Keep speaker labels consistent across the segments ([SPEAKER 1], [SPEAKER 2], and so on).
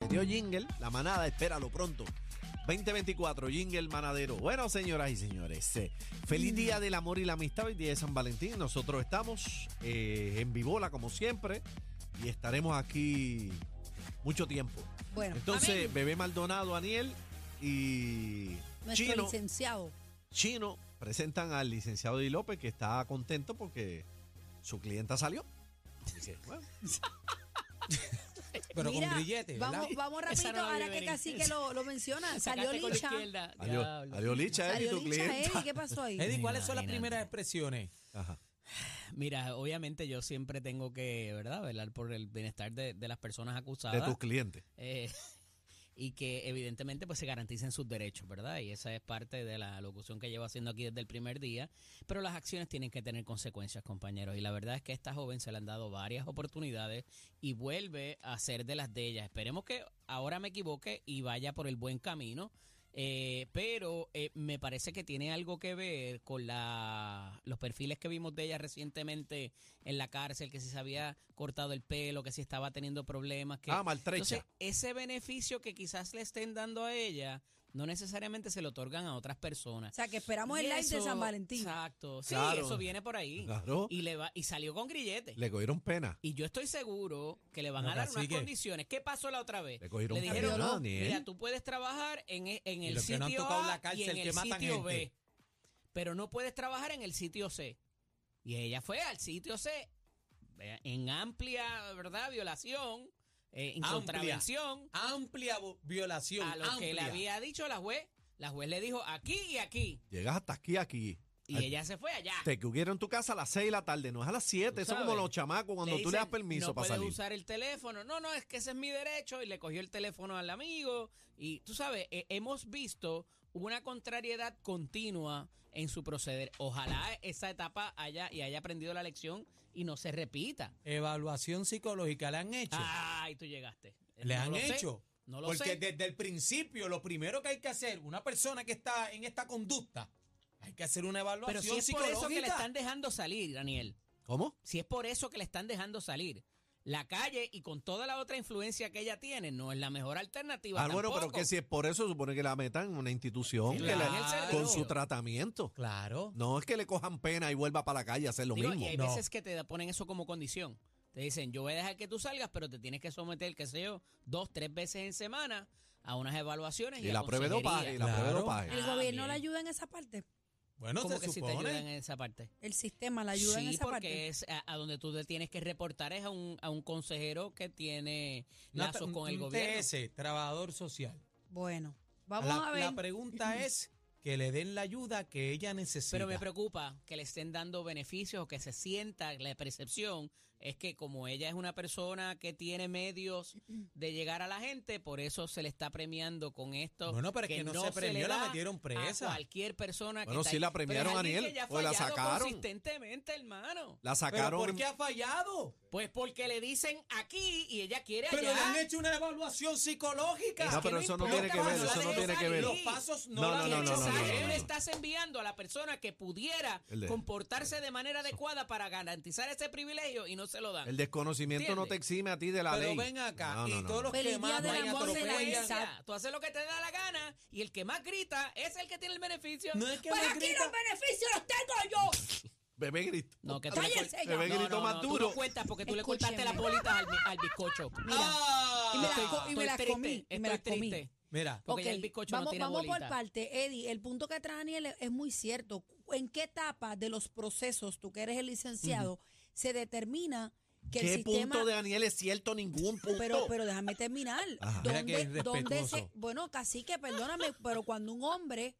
[SPEAKER 1] prometió Jingle, la manada, espéralo pronto. 2024, Jingle Manadero. Bueno, señoras y señores, eh, feliz día del amor y la amistad, hoy día de San Valentín. Nosotros estamos eh, en Vivola, como siempre, y estaremos aquí mucho tiempo.
[SPEAKER 2] Bueno,
[SPEAKER 1] Entonces,
[SPEAKER 2] amén.
[SPEAKER 1] Bebé Maldonado, Aniel y
[SPEAKER 2] nuestro
[SPEAKER 1] Chino,
[SPEAKER 2] licenciado.
[SPEAKER 1] Chino presentan al licenciado Di López, que está contento porque su clienta salió. Dice, bueno,
[SPEAKER 3] Pero
[SPEAKER 2] Mira,
[SPEAKER 3] con grillete, ¿verdad?
[SPEAKER 2] Vamos, vamos
[SPEAKER 4] Esa
[SPEAKER 2] rapidito,
[SPEAKER 4] no la vi
[SPEAKER 2] ahora que
[SPEAKER 4] venir.
[SPEAKER 2] casi que lo, lo menciona. Salió
[SPEAKER 4] Sacaste con la
[SPEAKER 2] Licha.
[SPEAKER 4] izquierda.
[SPEAKER 1] adiós,
[SPEAKER 4] Diablo.
[SPEAKER 1] adiós, Licha, Eddie,
[SPEAKER 2] Salió
[SPEAKER 1] tu
[SPEAKER 2] Licha, eh.
[SPEAKER 1] clienta.
[SPEAKER 2] Eddie, ¿qué pasó ahí?
[SPEAKER 3] Eddie, ¿cuáles son las
[SPEAKER 4] Imagínate.
[SPEAKER 3] primeras expresiones?
[SPEAKER 1] Ajá.
[SPEAKER 4] Mira, obviamente yo siempre tengo que, ¿verdad?, velar por el bienestar de, de las personas
[SPEAKER 1] de
[SPEAKER 4] acusadas.
[SPEAKER 1] tus clientes.
[SPEAKER 4] eh, y que evidentemente pues se garanticen sus derechos, ¿verdad? Y esa es parte de la locución que llevo haciendo aquí desde el primer día. Pero las acciones tienen que tener consecuencias, compañeros. Y la verdad es que a esta joven se le han dado varias oportunidades y vuelve a hacer de las de ellas. Esperemos que ahora me equivoque y vaya por el buen camino. Eh, pero eh, me parece que tiene algo que ver con la, los perfiles que vimos de ella recientemente en la cárcel, que si se había cortado el pelo, que si estaba teniendo problemas, que
[SPEAKER 1] Ah, maltrecha.
[SPEAKER 4] entonces, ese beneficio que quizás le estén dando a ella, no necesariamente se lo otorgan a otras
[SPEAKER 2] O
[SPEAKER 4] personas.
[SPEAKER 2] sea, que esperamos el
[SPEAKER 4] Y
[SPEAKER 2] live de
[SPEAKER 4] eso-
[SPEAKER 2] San Valentín.
[SPEAKER 4] Exacto. Sí,
[SPEAKER 1] Claro.
[SPEAKER 4] eso viene por ahí.
[SPEAKER 1] Claro.
[SPEAKER 4] Y le va, y salió con grillete.
[SPEAKER 1] Le cogieron pena.
[SPEAKER 4] y yo estoy seguro que le van
[SPEAKER 3] No,
[SPEAKER 4] a dar unas
[SPEAKER 3] cacique.
[SPEAKER 4] condiciones. ¿Qué pasó la otra vez?
[SPEAKER 1] Le cogieron
[SPEAKER 4] Le dijeron,
[SPEAKER 1] pena,
[SPEAKER 4] "No,
[SPEAKER 1] Daniel".
[SPEAKER 4] mira, tú puedes trabajar en, e- en
[SPEAKER 3] Y
[SPEAKER 4] el
[SPEAKER 3] los que
[SPEAKER 4] sitio
[SPEAKER 3] no han tocado
[SPEAKER 4] A
[SPEAKER 3] la
[SPEAKER 4] y en
[SPEAKER 3] cárcel,
[SPEAKER 4] el
[SPEAKER 3] que matan
[SPEAKER 4] sitio
[SPEAKER 3] gente.
[SPEAKER 4] B, pero no puedes trabajar en el sitio C. Y ella fue al sitio C vea, en amplia, ¿verdad? Violación, eh, en
[SPEAKER 3] Amplia.
[SPEAKER 4] contravención
[SPEAKER 3] Amplia vo- violación.
[SPEAKER 4] a lo que le
[SPEAKER 3] amplia.
[SPEAKER 4] había dicho la juez. La juez le dijo aquí y aquí.
[SPEAKER 1] Llegas hasta aquí, aquí.
[SPEAKER 4] Y
[SPEAKER 1] Ay,
[SPEAKER 4] ella se fue allá.
[SPEAKER 1] Te cogieron tu casa a las 6 de la tarde, no es a las 7.
[SPEAKER 4] Tú
[SPEAKER 1] Eso es como
[SPEAKER 4] sabes.
[SPEAKER 1] los chamacos cuando tú le das
[SPEAKER 4] dicen,
[SPEAKER 1] permiso
[SPEAKER 4] no
[SPEAKER 1] para
[SPEAKER 4] puedes
[SPEAKER 1] salir.
[SPEAKER 4] usar el teléfono. No, no, es que ese es mi derecho. Y le cogió el teléfono al amigo. Y tú sabes, eh, hemos visto una contrariedad continua en su proceder. Ojalá esa etapa haya y haya aprendido la lección y no se repita.
[SPEAKER 3] Evaluación psicológica le han hecho.
[SPEAKER 4] Ay, tú llegaste.
[SPEAKER 3] le
[SPEAKER 4] Ah, No
[SPEAKER 3] han
[SPEAKER 4] lo sé,
[SPEAKER 3] hecho.
[SPEAKER 4] No lo
[SPEAKER 3] Porque
[SPEAKER 4] sé.
[SPEAKER 3] desde el principio, lo primero que hay que hacer, una persona que está en esta conducta, hay que hacer una
[SPEAKER 4] Pero
[SPEAKER 3] evaluación
[SPEAKER 4] si es por
[SPEAKER 3] psicológica.
[SPEAKER 4] eso que le están dejando salir, Daniel.
[SPEAKER 1] ¿Cómo?
[SPEAKER 4] si es por eso que le están dejando salir. La calle y con toda la otra influencia que ella tiene no es la mejor alternativa.
[SPEAKER 1] Ah, bueno, pero
[SPEAKER 4] tampoco.
[SPEAKER 1] que si es por eso, supone que la metan en una institución
[SPEAKER 4] Sí,
[SPEAKER 1] que le-
[SPEAKER 4] en el cerebro.
[SPEAKER 1] con su tratamiento.
[SPEAKER 3] Claro.
[SPEAKER 1] No es que le cojan pena y vuelva para la calle a hacer lo
[SPEAKER 4] Digo,
[SPEAKER 1] mismo.
[SPEAKER 4] Y hay
[SPEAKER 3] No.
[SPEAKER 4] veces que te da- ponen eso como condición. Te dicen, yo voy a dejar que tú salgas, pero te tienes que someter, qué sé yo, dos, tres veces en semana a unas evaluaciones y,
[SPEAKER 1] Y la prueba de dopaje, y la
[SPEAKER 3] Claro.
[SPEAKER 1] prueba de dopaje.
[SPEAKER 2] El
[SPEAKER 4] Ah,
[SPEAKER 2] gobierno le
[SPEAKER 4] bien.
[SPEAKER 2] ayuda en esa parte.
[SPEAKER 3] Bueno,
[SPEAKER 4] Como
[SPEAKER 3] se
[SPEAKER 4] que si te
[SPEAKER 3] supone.
[SPEAKER 4] ayudan en esa parte.
[SPEAKER 2] El sistema le ayuda
[SPEAKER 4] sí,
[SPEAKER 2] en esa
[SPEAKER 4] porque
[SPEAKER 2] parte.
[SPEAKER 4] es a, a donde tú te tienes que reportar es a un, a un consejero que tiene
[SPEAKER 3] Una-
[SPEAKER 4] lazos con el
[SPEAKER 3] un
[SPEAKER 4] gobierno.
[SPEAKER 3] TS, trabajador social.
[SPEAKER 2] Bueno, vamos
[SPEAKER 3] la,
[SPEAKER 2] a
[SPEAKER 3] la
[SPEAKER 2] ver.
[SPEAKER 3] pregunta es que le den la ayuda que ella necesita.
[SPEAKER 4] Pero me preocupa que le estén dando beneficios o que se sienta la percepción es que como ella es una persona que tiene medios de llegar a la gente, por eso se le está premiando con esto.
[SPEAKER 3] Bueno, pero es que no se
[SPEAKER 4] le
[SPEAKER 3] premió, la
[SPEAKER 4] da
[SPEAKER 3] metieron presa.
[SPEAKER 4] A cualquier persona que
[SPEAKER 1] Bueno,
[SPEAKER 4] está
[SPEAKER 1] sí
[SPEAKER 4] ahí.
[SPEAKER 1] la
[SPEAKER 4] Pero es
[SPEAKER 1] premiaron,
[SPEAKER 4] alguien
[SPEAKER 1] Aniel,
[SPEAKER 4] que ya ha
[SPEAKER 1] pues la
[SPEAKER 4] fallado
[SPEAKER 1] sacaron.
[SPEAKER 4] consistentemente, hermano.
[SPEAKER 1] La
[SPEAKER 3] ¿Pero
[SPEAKER 1] sacaron.
[SPEAKER 3] ¿Por qué ha fallado?
[SPEAKER 4] Pues porque le dicen aquí y ella quiere allá.
[SPEAKER 3] Pero le han hecho una evaluación psicológica.
[SPEAKER 1] No, pero eso no tiene
[SPEAKER 4] importa,
[SPEAKER 1] que ver,
[SPEAKER 4] no la
[SPEAKER 1] eso no
[SPEAKER 4] dejes
[SPEAKER 1] tiene que
[SPEAKER 4] salir.
[SPEAKER 1] ver.
[SPEAKER 3] Los pasos no,
[SPEAKER 1] No,
[SPEAKER 3] la
[SPEAKER 1] no,
[SPEAKER 3] han
[SPEAKER 1] no,
[SPEAKER 3] hecho
[SPEAKER 1] no, no,
[SPEAKER 4] Mensaje
[SPEAKER 3] salir.
[SPEAKER 1] no,
[SPEAKER 4] le
[SPEAKER 1] no.
[SPEAKER 4] estás enviando a la persona que pudiera
[SPEAKER 1] El de-
[SPEAKER 4] comportarse de manera adecuada para garantizar ese privilegio y no se lo dan.
[SPEAKER 1] El desconocimiento no te
[SPEAKER 4] ¿Entiendes?
[SPEAKER 1] exime a ti de la
[SPEAKER 3] Pero
[SPEAKER 1] ley.
[SPEAKER 3] ven acá,
[SPEAKER 1] No, no,
[SPEAKER 3] y
[SPEAKER 1] no,
[SPEAKER 3] todos
[SPEAKER 1] no.
[SPEAKER 3] los
[SPEAKER 2] Feliz
[SPEAKER 3] que
[SPEAKER 2] día
[SPEAKER 3] más
[SPEAKER 2] del
[SPEAKER 3] vayan
[SPEAKER 2] amor de la
[SPEAKER 3] atropellan.
[SPEAKER 2] exa.
[SPEAKER 4] Esa, Tú haces lo que te da la gana y el que más grita es el que tiene el beneficio.
[SPEAKER 3] No es que
[SPEAKER 2] Pues
[SPEAKER 3] me
[SPEAKER 2] aquí
[SPEAKER 3] grita-
[SPEAKER 2] los beneficios los tengo yo.
[SPEAKER 1] Bebé grito.
[SPEAKER 4] No, que tú le
[SPEAKER 2] Cállense
[SPEAKER 1] Bebé
[SPEAKER 2] ya.
[SPEAKER 4] No,
[SPEAKER 1] grito
[SPEAKER 4] no,
[SPEAKER 1] más
[SPEAKER 4] no, tú
[SPEAKER 1] duro.
[SPEAKER 4] no cuentas porque tú le
[SPEAKER 2] Escúcheme.
[SPEAKER 4] cortaste la bolita al, bi- al bizcocho.
[SPEAKER 3] Ah.
[SPEAKER 2] Y me la
[SPEAKER 4] Estoy-
[SPEAKER 2] co- y me
[SPEAKER 4] estoy
[SPEAKER 2] la
[SPEAKER 4] triste,
[SPEAKER 2] comí, y me la
[SPEAKER 4] estoy
[SPEAKER 2] comí.
[SPEAKER 4] triste.
[SPEAKER 3] Mira,
[SPEAKER 4] Porque
[SPEAKER 2] Ok,
[SPEAKER 4] ya el bizcocho
[SPEAKER 2] vamos,
[SPEAKER 4] no tiene
[SPEAKER 2] vamos por
[SPEAKER 4] bolita.
[SPEAKER 2] parte, Eddie. El punto que trae Daniel es, es muy cierto. ¿En qué etapa de los procesos, tú que eres el licenciado, se determina que el
[SPEAKER 1] ¿Qué
[SPEAKER 2] sistema...
[SPEAKER 1] punto de Daniel es cierto? Ningún punto. Eh,
[SPEAKER 2] Pero, pero déjame terminar.
[SPEAKER 1] Ajá.
[SPEAKER 3] Mira que
[SPEAKER 2] ¿Dónde,
[SPEAKER 3] es
[SPEAKER 2] dónde se,
[SPEAKER 3] respetuoso.
[SPEAKER 2] bueno, cacique, perdóname, pero cuando un hombre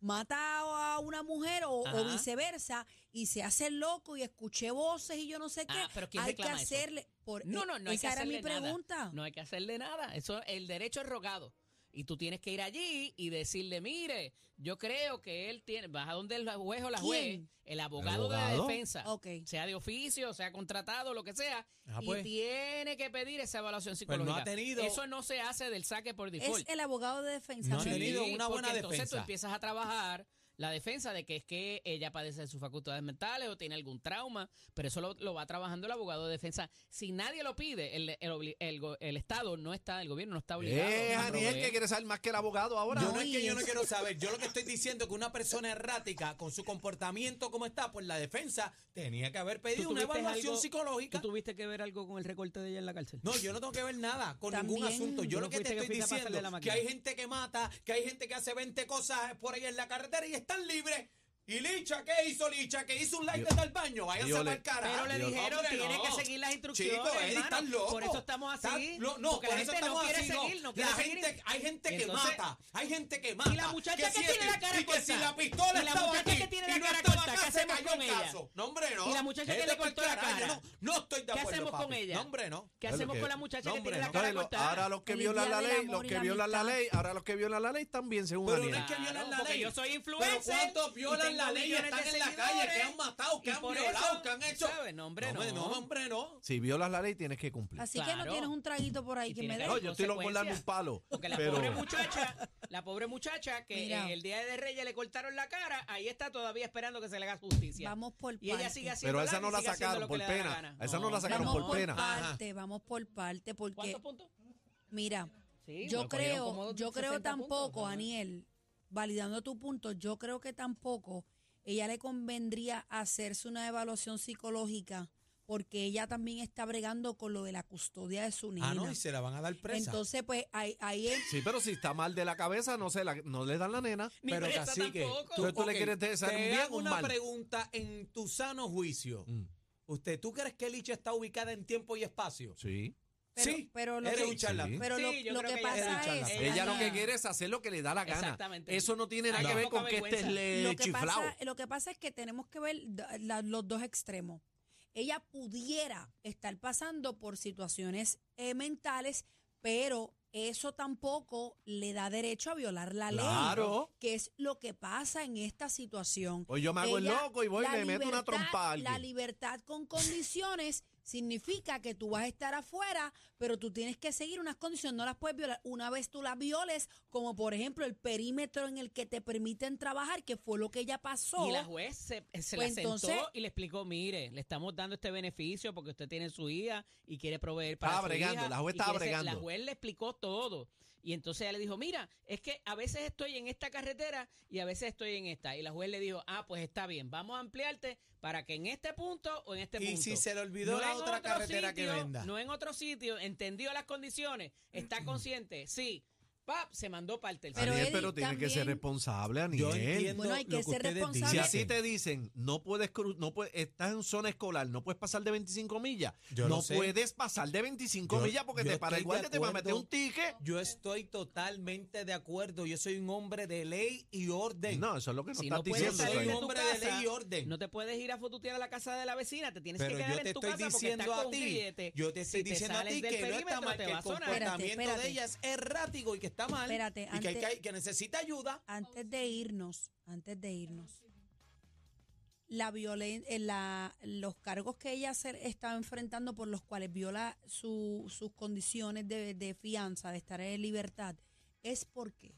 [SPEAKER 2] mata a una mujer o, o
[SPEAKER 4] Ajá.
[SPEAKER 2] viceversa y se hace loco y escuché voces y yo no sé qué,
[SPEAKER 4] Ah, pero ¿quién
[SPEAKER 2] hay que
[SPEAKER 4] reclama eso?
[SPEAKER 2] hacerle... Por, e
[SPEAKER 4] No, no, no hay que
[SPEAKER 2] esa era
[SPEAKER 4] hacerle
[SPEAKER 2] mi pregunta.
[SPEAKER 4] Nada. No hay que hacerle nada. Eso, el derecho es rogado. Y tú tienes que ir allí y decirle, mire, yo creo que él tiene, vas a donde el juez o la juez,
[SPEAKER 2] ¿Quién?
[SPEAKER 4] el abogado, de la
[SPEAKER 1] abogado?
[SPEAKER 4] defensa,
[SPEAKER 2] Ok.
[SPEAKER 4] sea de oficio, sea contratado, lo que sea,
[SPEAKER 3] Ah,
[SPEAKER 4] y
[SPEAKER 3] pues.
[SPEAKER 4] tiene que pedir esa evaluación
[SPEAKER 3] no ha
[SPEAKER 4] psicológica.
[SPEAKER 3] tenido-
[SPEAKER 4] Eso no se hace del saque por
[SPEAKER 2] Es
[SPEAKER 4] default.
[SPEAKER 2] el abogado de defensa.
[SPEAKER 3] No ha
[SPEAKER 2] sí.
[SPEAKER 3] tenido una
[SPEAKER 4] porque
[SPEAKER 3] buena
[SPEAKER 4] entonces tú
[SPEAKER 3] defensa.
[SPEAKER 4] empiezas a trabajar la defensa de que es que ella padece de sus facultades mentales o tiene algún trauma, pero eso lo, lo va trabajando el abogado de defensa. Si nadie lo pide, el, el obli- el go- el Estado no está, el gobierno no está obligado.
[SPEAKER 1] Eh,
[SPEAKER 4] a
[SPEAKER 1] Aniel,
[SPEAKER 4] proveer.
[SPEAKER 1] que quiere saber más que el abogado ahora.
[SPEAKER 3] Yo no es
[SPEAKER 2] Ay,
[SPEAKER 3] que yo no
[SPEAKER 2] es-
[SPEAKER 3] quiero saber. Yo lo que estoy diciendo es que una persona errática, con su comportamiento como está, pues la defensa tenía que haber pedido una
[SPEAKER 4] tuviste
[SPEAKER 3] evaluación
[SPEAKER 4] algo- ¿Tú
[SPEAKER 3] psicológica.
[SPEAKER 4] tuviste que ver algo con el recorte de ella en la cárcel?
[SPEAKER 3] No, yo no tengo que ver nada con ningún
[SPEAKER 2] También.
[SPEAKER 3] asunto. Yo
[SPEAKER 4] ¿No
[SPEAKER 3] lo que te
[SPEAKER 4] fuiste que
[SPEAKER 3] estoy
[SPEAKER 4] fuiste a pasarle
[SPEAKER 3] diciendo
[SPEAKER 4] la
[SPEAKER 3] que
[SPEAKER 4] máquina?
[SPEAKER 3] hay gente que mata, que hay gente que hace 20 cosas por ahí en la carretera y están libres. Y Licha, ¿qué hizo Licha? Que hizo un like
[SPEAKER 1] Yo-
[SPEAKER 3] desde el baño. Váyanse
[SPEAKER 1] yo
[SPEAKER 3] para
[SPEAKER 1] le-
[SPEAKER 3] el carajo.
[SPEAKER 4] Pero le
[SPEAKER 1] Dios,
[SPEAKER 4] dijeron,
[SPEAKER 3] Hombre,
[SPEAKER 4] tiene
[SPEAKER 3] no.
[SPEAKER 4] que seguir las instrucciones.
[SPEAKER 3] Chico, Eddie,
[SPEAKER 4] hermano.
[SPEAKER 3] estás loco.
[SPEAKER 4] Por eso estamos así.
[SPEAKER 3] Estás lo- no,
[SPEAKER 4] porque
[SPEAKER 3] por
[SPEAKER 4] la
[SPEAKER 3] eso
[SPEAKER 4] gente no
[SPEAKER 3] estamos
[SPEAKER 4] quiere
[SPEAKER 3] así. no.
[SPEAKER 4] seguir, no quiere
[SPEAKER 3] la
[SPEAKER 4] seguir.
[SPEAKER 3] gente, hay gente que
[SPEAKER 4] Entonces-
[SPEAKER 3] mata, hay gente que mata.
[SPEAKER 4] ¿Y la muchacha que
[SPEAKER 3] si
[SPEAKER 4] tiene la cara
[SPEAKER 3] y que si
[SPEAKER 4] corta?
[SPEAKER 3] la pistola
[SPEAKER 4] ¿Y la
[SPEAKER 3] estaba
[SPEAKER 4] muchacha
[SPEAKER 3] aquí
[SPEAKER 4] que tiene la
[SPEAKER 3] y no
[SPEAKER 4] cara
[SPEAKER 3] estaba
[SPEAKER 4] corta?
[SPEAKER 3] acá,
[SPEAKER 4] ¿Qué
[SPEAKER 3] se
[SPEAKER 4] hacemos
[SPEAKER 3] cayó
[SPEAKER 4] con
[SPEAKER 3] el
[SPEAKER 4] ella?
[SPEAKER 3] caso. No, hombre, no.
[SPEAKER 4] ¿Y la muchacha que
[SPEAKER 3] Vete
[SPEAKER 4] le
[SPEAKER 3] pa'l
[SPEAKER 4] cortó la
[SPEAKER 3] carajo,
[SPEAKER 4] cara?
[SPEAKER 3] No, no estoy de
[SPEAKER 4] ¿Qué
[SPEAKER 3] acuerdo,
[SPEAKER 4] hacemos con
[SPEAKER 3] papi.
[SPEAKER 4] ella?
[SPEAKER 3] No, hombre, no.
[SPEAKER 4] ¿Qué
[SPEAKER 1] Claro
[SPEAKER 4] hacemos
[SPEAKER 1] que-
[SPEAKER 4] con la muchacha
[SPEAKER 3] no,
[SPEAKER 4] que tiene
[SPEAKER 3] hombre,
[SPEAKER 4] la
[SPEAKER 3] no.
[SPEAKER 4] cara
[SPEAKER 1] Ahora, lo-
[SPEAKER 4] cortada?
[SPEAKER 1] ahora los que
[SPEAKER 2] Feliz
[SPEAKER 1] violan
[SPEAKER 2] día
[SPEAKER 1] la
[SPEAKER 2] del
[SPEAKER 1] ley,
[SPEAKER 2] amor
[SPEAKER 1] los
[SPEAKER 2] y
[SPEAKER 1] que
[SPEAKER 2] la
[SPEAKER 1] violan la
[SPEAKER 2] amistad.
[SPEAKER 1] ley, ahora los que violan la ley también, según
[SPEAKER 3] Pero no
[SPEAKER 1] Aniel.
[SPEAKER 3] es que violan la
[SPEAKER 4] porque
[SPEAKER 3] ley.
[SPEAKER 4] yo soy influencer.
[SPEAKER 3] Pero cuántos
[SPEAKER 4] y
[SPEAKER 3] violan
[SPEAKER 4] tengo
[SPEAKER 3] la ley y
[SPEAKER 4] millones de
[SPEAKER 3] están en la calle, que
[SPEAKER 4] seguidores,
[SPEAKER 3] han matado, que
[SPEAKER 4] y
[SPEAKER 3] han
[SPEAKER 4] por
[SPEAKER 3] violado,
[SPEAKER 4] eso,
[SPEAKER 3] que han
[SPEAKER 4] tú
[SPEAKER 3] hecho.
[SPEAKER 4] sabes, No, hombre, no.
[SPEAKER 3] no, hombre, no.
[SPEAKER 1] Si violas la ley, tienes que cumplir.
[SPEAKER 2] Así que
[SPEAKER 4] Claro.
[SPEAKER 2] no tienes un traguito por ahí
[SPEAKER 4] Y
[SPEAKER 2] que
[SPEAKER 4] tiene
[SPEAKER 2] me
[SPEAKER 4] que
[SPEAKER 2] dé.
[SPEAKER 1] No, yo estoy loco en darme un palo.
[SPEAKER 4] Porque la
[SPEAKER 1] Pero
[SPEAKER 4] pobre muchacha, la pobre muchacha que
[SPEAKER 2] Mira.
[SPEAKER 4] eh, el día de Reyes le cortaron la cara, ahí está todavía esperando que se le haga justicia.
[SPEAKER 2] Vamos por
[SPEAKER 4] y ella sigue
[SPEAKER 2] partes.
[SPEAKER 4] haciendo
[SPEAKER 1] Pero a esa no
[SPEAKER 4] y
[SPEAKER 1] la
[SPEAKER 4] sigue haciendo
[SPEAKER 1] sacaron
[SPEAKER 4] lo que
[SPEAKER 1] por
[SPEAKER 4] le da la
[SPEAKER 1] pena.
[SPEAKER 4] gana.
[SPEAKER 1] A esa no la sacaron
[SPEAKER 2] Vamos
[SPEAKER 1] por
[SPEAKER 2] por
[SPEAKER 1] pena.
[SPEAKER 2] parte, vamos por parte, porque
[SPEAKER 4] ¿Cuántos puntos?
[SPEAKER 2] mira,
[SPEAKER 4] Sí,
[SPEAKER 2] yo
[SPEAKER 4] lo cogieron
[SPEAKER 2] creo,
[SPEAKER 4] como
[SPEAKER 2] yo creo
[SPEAKER 4] 60 puntos,
[SPEAKER 2] tampoco,
[SPEAKER 4] ajá.
[SPEAKER 2] Aniel, validando tu punto, yo creo que tampoco ella le convendría hacerse una evaluación psicológica porque ella también está bregando con lo de la custodia de su niña.
[SPEAKER 3] Ah, no, y se la van a dar presa.
[SPEAKER 2] Entonces, pues ahí, ahí es-
[SPEAKER 1] Sí, pero si está mal de la cabeza, no, se la- no le dan la nena.
[SPEAKER 4] Ni
[SPEAKER 3] pero
[SPEAKER 4] presa
[SPEAKER 3] cacique,
[SPEAKER 4] tampoco.
[SPEAKER 1] Pero tú le
[SPEAKER 3] ok,
[SPEAKER 1] quieres desear un
[SPEAKER 3] te
[SPEAKER 1] bien
[SPEAKER 3] hago
[SPEAKER 1] o un
[SPEAKER 3] una
[SPEAKER 1] mal.
[SPEAKER 3] pregunta en tu sano juicio.
[SPEAKER 1] Mm,
[SPEAKER 3] ¿Usted, tú crees que Licha está ubicada en tiempo y espacio?
[SPEAKER 1] Sí.
[SPEAKER 2] pero,
[SPEAKER 3] sí,
[SPEAKER 2] pero lo
[SPEAKER 3] eres
[SPEAKER 2] que,
[SPEAKER 3] un Este charlatán.
[SPEAKER 1] Sí.
[SPEAKER 2] pero
[SPEAKER 4] Sí,
[SPEAKER 2] lo-
[SPEAKER 4] yo
[SPEAKER 2] lo
[SPEAKER 4] creo
[SPEAKER 2] que
[SPEAKER 4] que ella
[SPEAKER 3] era
[SPEAKER 2] pasa es
[SPEAKER 3] charlatán.
[SPEAKER 1] Ella lo
[SPEAKER 2] Aniel,
[SPEAKER 1] que quiere es hacer lo que le da la gana.
[SPEAKER 4] Exactamente.
[SPEAKER 1] Eso no tiene nada
[SPEAKER 4] Ay,
[SPEAKER 1] que ver
[SPEAKER 4] poca
[SPEAKER 1] con que estés
[SPEAKER 4] vergüenza.
[SPEAKER 1] le-
[SPEAKER 2] lo que,
[SPEAKER 1] chiflao.
[SPEAKER 2] pasa, lo que pasa es que tenemos que ver da- la- los dos extremos. Ella pudiera estar pasando por situaciones eh, mentales, pero eso tampoco le da derecho a violar la
[SPEAKER 1] Claro.
[SPEAKER 2] ley, que es lo que pasa en esta situación.
[SPEAKER 1] O yo me hago
[SPEAKER 2] Ella-
[SPEAKER 1] el loco y voy y
[SPEAKER 2] la
[SPEAKER 1] le meto una
[SPEAKER 2] libertad-
[SPEAKER 1] trompa a
[SPEAKER 2] La
[SPEAKER 1] alguien.
[SPEAKER 2] libertad con condiciones significa que tú vas a estar afuera, pero tú tienes que seguir unas condiciones, no las puedes violar. Una vez tú las violes, como por ejemplo el perímetro en el que te permiten trabajar, que fue lo que ella pasó.
[SPEAKER 4] Y la juez se, eh, se
[SPEAKER 2] Pues
[SPEAKER 4] la
[SPEAKER 2] entonces-
[SPEAKER 4] sentó y le explicó, mire, le estamos dando este beneficio porque usted tiene su hija y quiere proveer para
[SPEAKER 1] Estaba
[SPEAKER 4] su
[SPEAKER 1] bregando,
[SPEAKER 4] hija
[SPEAKER 1] la juez
[SPEAKER 4] y
[SPEAKER 1] estaba
[SPEAKER 4] quiere ser-
[SPEAKER 1] bregando.
[SPEAKER 4] La juez le explicó todo. Y entonces ella le dijo, mira, es que a veces estoy en esta carretera y a veces estoy en esta. Y la juez le dijo, ah, pues está bien, vamos a ampliarte para que en este punto o en este
[SPEAKER 3] y
[SPEAKER 4] punto.
[SPEAKER 3] si se le olvidó la
[SPEAKER 4] en
[SPEAKER 3] otra
[SPEAKER 4] otro
[SPEAKER 3] carretera que
[SPEAKER 4] sitio,
[SPEAKER 3] venda.
[SPEAKER 4] No en otro sitio, entendió las condiciones, está consciente, sí. Pap, se mandó para el tercero.
[SPEAKER 2] Pero,
[SPEAKER 1] Aniel,
[SPEAKER 2] Eddie,
[SPEAKER 1] pero tiene que ser
[SPEAKER 2] también-
[SPEAKER 1] responsable, Aniel.
[SPEAKER 3] Yo entiendo
[SPEAKER 2] Bueno, hay que
[SPEAKER 3] lo que
[SPEAKER 2] ser
[SPEAKER 3] ustedes dicen.
[SPEAKER 1] Si
[SPEAKER 2] responsable.
[SPEAKER 1] así te dicen, no puedes, cru- no puedes, estás en zona escolar, no puedes pasar de 25 millas.
[SPEAKER 3] Yo
[SPEAKER 1] no
[SPEAKER 3] lo sé.
[SPEAKER 1] puedes pasar de 25
[SPEAKER 3] Yo-
[SPEAKER 1] millas porque
[SPEAKER 3] yo
[SPEAKER 1] te para
[SPEAKER 3] estoy
[SPEAKER 1] igual
[SPEAKER 3] de
[SPEAKER 1] que te va a meter
[SPEAKER 3] acuerdo.
[SPEAKER 1] un ticket.
[SPEAKER 3] Yo estoy totalmente de acuerdo. Yo soy un hombre de ley y orden.
[SPEAKER 1] No, eso es lo que nos
[SPEAKER 4] Si
[SPEAKER 1] estás
[SPEAKER 4] no puedes
[SPEAKER 3] yo
[SPEAKER 1] diciendo.
[SPEAKER 4] salir
[SPEAKER 3] soy
[SPEAKER 4] de
[SPEAKER 3] un
[SPEAKER 1] Rey.
[SPEAKER 4] tu
[SPEAKER 3] hombre de
[SPEAKER 4] casa,
[SPEAKER 3] ley y orden.
[SPEAKER 4] No te puedes ir a fututear a la casa de la vecina, te tienes
[SPEAKER 3] pero
[SPEAKER 4] que
[SPEAKER 3] yo
[SPEAKER 4] quedar
[SPEAKER 3] te
[SPEAKER 4] en tu
[SPEAKER 3] estoy
[SPEAKER 4] casa porque
[SPEAKER 3] diciendo
[SPEAKER 4] estás
[SPEAKER 3] a ti,
[SPEAKER 4] consciente.
[SPEAKER 3] yo te estoy
[SPEAKER 4] Si
[SPEAKER 3] diciendo a
[SPEAKER 4] sales
[SPEAKER 3] ti
[SPEAKER 4] del
[SPEAKER 3] que no está
[SPEAKER 4] perímetro,
[SPEAKER 3] mal,
[SPEAKER 4] te
[SPEAKER 3] que
[SPEAKER 4] va
[SPEAKER 3] el
[SPEAKER 4] a sonar.
[SPEAKER 3] comportamiento
[SPEAKER 2] Espérate,
[SPEAKER 3] de ella es errático y que está mal
[SPEAKER 2] Espérate,
[SPEAKER 3] y que, hay
[SPEAKER 2] antes-
[SPEAKER 3] que, hay- que necesita ayuda.
[SPEAKER 2] Antes de irnos, antes de irnos, la violen- eh, la, los cargos que ella se está enfrentando por los cuales viola su- sus condiciones de, de fianza, de estar en libertad, es porque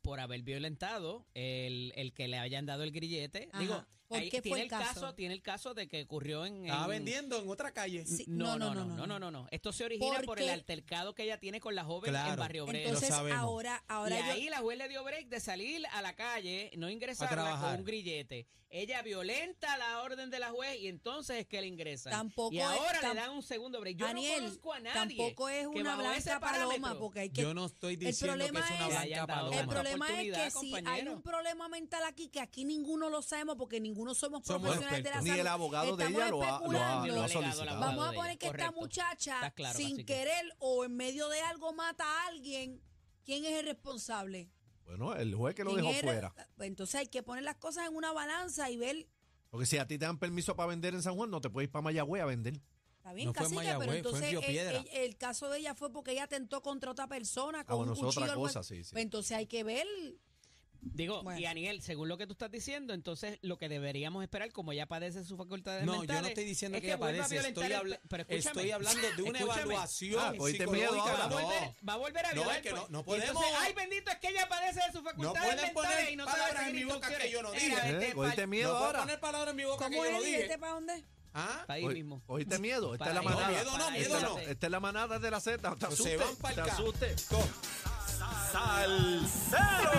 [SPEAKER 4] por haber violentado el, el que le hayan dado el grillete.
[SPEAKER 2] Ajá.
[SPEAKER 4] Digo,
[SPEAKER 2] ¿Por
[SPEAKER 4] ahí
[SPEAKER 2] qué
[SPEAKER 4] tiene
[SPEAKER 2] fue el
[SPEAKER 4] el caso?
[SPEAKER 2] caso?
[SPEAKER 4] tiene el caso de que ocurrió en,
[SPEAKER 3] Estaba
[SPEAKER 4] en-
[SPEAKER 3] vendiendo en otra calle.
[SPEAKER 2] Sí,
[SPEAKER 4] no, no, no, no, no,
[SPEAKER 2] no.
[SPEAKER 4] no, no. Esto se origina por el
[SPEAKER 2] Porque-
[SPEAKER 4] altercado que ella tiene con la joven
[SPEAKER 3] Claro.
[SPEAKER 4] en Barrio Obrero.
[SPEAKER 2] entonces
[SPEAKER 3] sabemos.
[SPEAKER 2] ahora,
[SPEAKER 4] y
[SPEAKER 2] ahora yo-
[SPEAKER 4] ahí la juez le dio break de salir a la calle, no ingresarla
[SPEAKER 3] trabajar.
[SPEAKER 4] con un grillete. Ella violenta la orden de la juez y entonces es que le ingresan.
[SPEAKER 2] Tampoco
[SPEAKER 4] y
[SPEAKER 2] es-
[SPEAKER 4] ahora
[SPEAKER 2] tam-
[SPEAKER 4] le dan un segundo break. Yo
[SPEAKER 2] Daniel,
[SPEAKER 4] no conozco a nadie.
[SPEAKER 2] tampoco es
[SPEAKER 4] que
[SPEAKER 2] una
[SPEAKER 4] bajo ese
[SPEAKER 2] blanca paloma,
[SPEAKER 4] parámetro-
[SPEAKER 2] porque hay que
[SPEAKER 3] Yo no estoy diciendo que es
[SPEAKER 2] problema
[SPEAKER 3] una
[SPEAKER 2] es-
[SPEAKER 4] Le
[SPEAKER 3] blanca
[SPEAKER 4] hayan dado
[SPEAKER 2] El
[SPEAKER 4] Toma.
[SPEAKER 3] paloma.
[SPEAKER 2] problema es
[SPEAKER 4] Oportunidad,
[SPEAKER 2] que si hay
[SPEAKER 4] compañero.
[SPEAKER 2] un problema mental aquí, que aquí ninguno lo sabemos porque ninguno somos
[SPEAKER 3] Somos
[SPEAKER 2] profesionales de la
[SPEAKER 3] expertos.
[SPEAKER 1] Ni
[SPEAKER 2] salud.
[SPEAKER 1] el abogado de
[SPEAKER 2] Estamos
[SPEAKER 1] ella lo ha, lo ha,
[SPEAKER 2] especulando.
[SPEAKER 1] lo ha
[SPEAKER 4] Lo ha alegado la
[SPEAKER 1] solicitado.
[SPEAKER 4] abogada.
[SPEAKER 2] Vamos a
[SPEAKER 4] de
[SPEAKER 2] poner
[SPEAKER 4] ella,
[SPEAKER 2] que esta
[SPEAKER 4] correcto.
[SPEAKER 2] muchacha,
[SPEAKER 4] Está claro,
[SPEAKER 2] sin
[SPEAKER 4] cacique.
[SPEAKER 2] querer o en medio de algo, mata a alguien. ¿Quién es el responsable?
[SPEAKER 1] Bueno, el juez que lo
[SPEAKER 2] ¿Quién
[SPEAKER 1] dejó
[SPEAKER 2] era?
[SPEAKER 1] fuera.
[SPEAKER 2] Pues Entonces hay que poner las cosas en una balanza y ver.
[SPEAKER 1] Porque si a ti te dan permiso para vender en San Juan, no te puedes ir para Mayagüez a vender.
[SPEAKER 2] Está bien,
[SPEAKER 3] No fue en
[SPEAKER 2] cacique, pero
[SPEAKER 3] Mayagüez, fue en
[SPEAKER 2] entonces
[SPEAKER 3] Río
[SPEAKER 2] el,
[SPEAKER 3] Piedra.
[SPEAKER 2] el- el caso de ella fue porque ella atentó contra otra persona
[SPEAKER 1] Ah,
[SPEAKER 2] con
[SPEAKER 1] bueno,
[SPEAKER 2] un
[SPEAKER 1] eso es
[SPEAKER 2] cuchillo. Pues
[SPEAKER 1] otra
[SPEAKER 2] algo-
[SPEAKER 1] cosa, sí, sí.
[SPEAKER 2] Entonces hay que ver
[SPEAKER 4] Digo,
[SPEAKER 2] Bueno.
[SPEAKER 4] y Aniel, según lo que tú estás diciendo, entonces lo que deberíamos esperar, como ya padece su facultad de
[SPEAKER 3] No, yo no estoy diciendo que ella padece, estoy, habla- estoy hablando de una evaluación
[SPEAKER 1] Ah, cogiste miedo
[SPEAKER 3] psicológica.
[SPEAKER 1] ahora.
[SPEAKER 4] Va a,
[SPEAKER 1] No.
[SPEAKER 4] volver, va a volver a
[SPEAKER 3] No,
[SPEAKER 4] violar.
[SPEAKER 3] es que no-
[SPEAKER 4] pues.
[SPEAKER 3] no
[SPEAKER 4] Y
[SPEAKER 3] podemos.
[SPEAKER 4] Entonces, ay, bendito, es que ella padece de sus facultades
[SPEAKER 3] pueden
[SPEAKER 4] mentales
[SPEAKER 3] poner
[SPEAKER 4] y no sabe
[SPEAKER 3] palabras
[SPEAKER 4] seguir
[SPEAKER 3] en mi boca que
[SPEAKER 4] instrucciones.
[SPEAKER 3] yo no
[SPEAKER 4] Mira, este
[SPEAKER 3] dije.
[SPEAKER 4] vete
[SPEAKER 1] Eh, cogiste
[SPEAKER 4] pa'l-
[SPEAKER 1] miedo
[SPEAKER 3] no puedo
[SPEAKER 1] ahora.
[SPEAKER 3] poner palabras en mi boca que
[SPEAKER 2] ¿Cómo
[SPEAKER 3] yo no
[SPEAKER 2] es? ¿Y este
[SPEAKER 3] dije.
[SPEAKER 2] para dónde?
[SPEAKER 3] ¿Ah?
[SPEAKER 4] pa' ahí
[SPEAKER 1] Hoy-
[SPEAKER 4] mismo.
[SPEAKER 1] Cogiste miedo. Esta
[SPEAKER 4] Para
[SPEAKER 1] es la
[SPEAKER 4] ahí,
[SPEAKER 1] manada.
[SPEAKER 3] miedo no,
[SPEAKER 4] para ahí,
[SPEAKER 3] miedo
[SPEAKER 1] esta, es la-
[SPEAKER 3] no.
[SPEAKER 4] espérate.
[SPEAKER 1] esta es la manada de la Z. No te
[SPEAKER 3] Pues Se van
[SPEAKER 1] asustes.
[SPEAKER 3] pa'l
[SPEAKER 1] Te
[SPEAKER 3] ca-
[SPEAKER 1] asustes.
[SPEAKER 3] Go.
[SPEAKER 5] Salsero.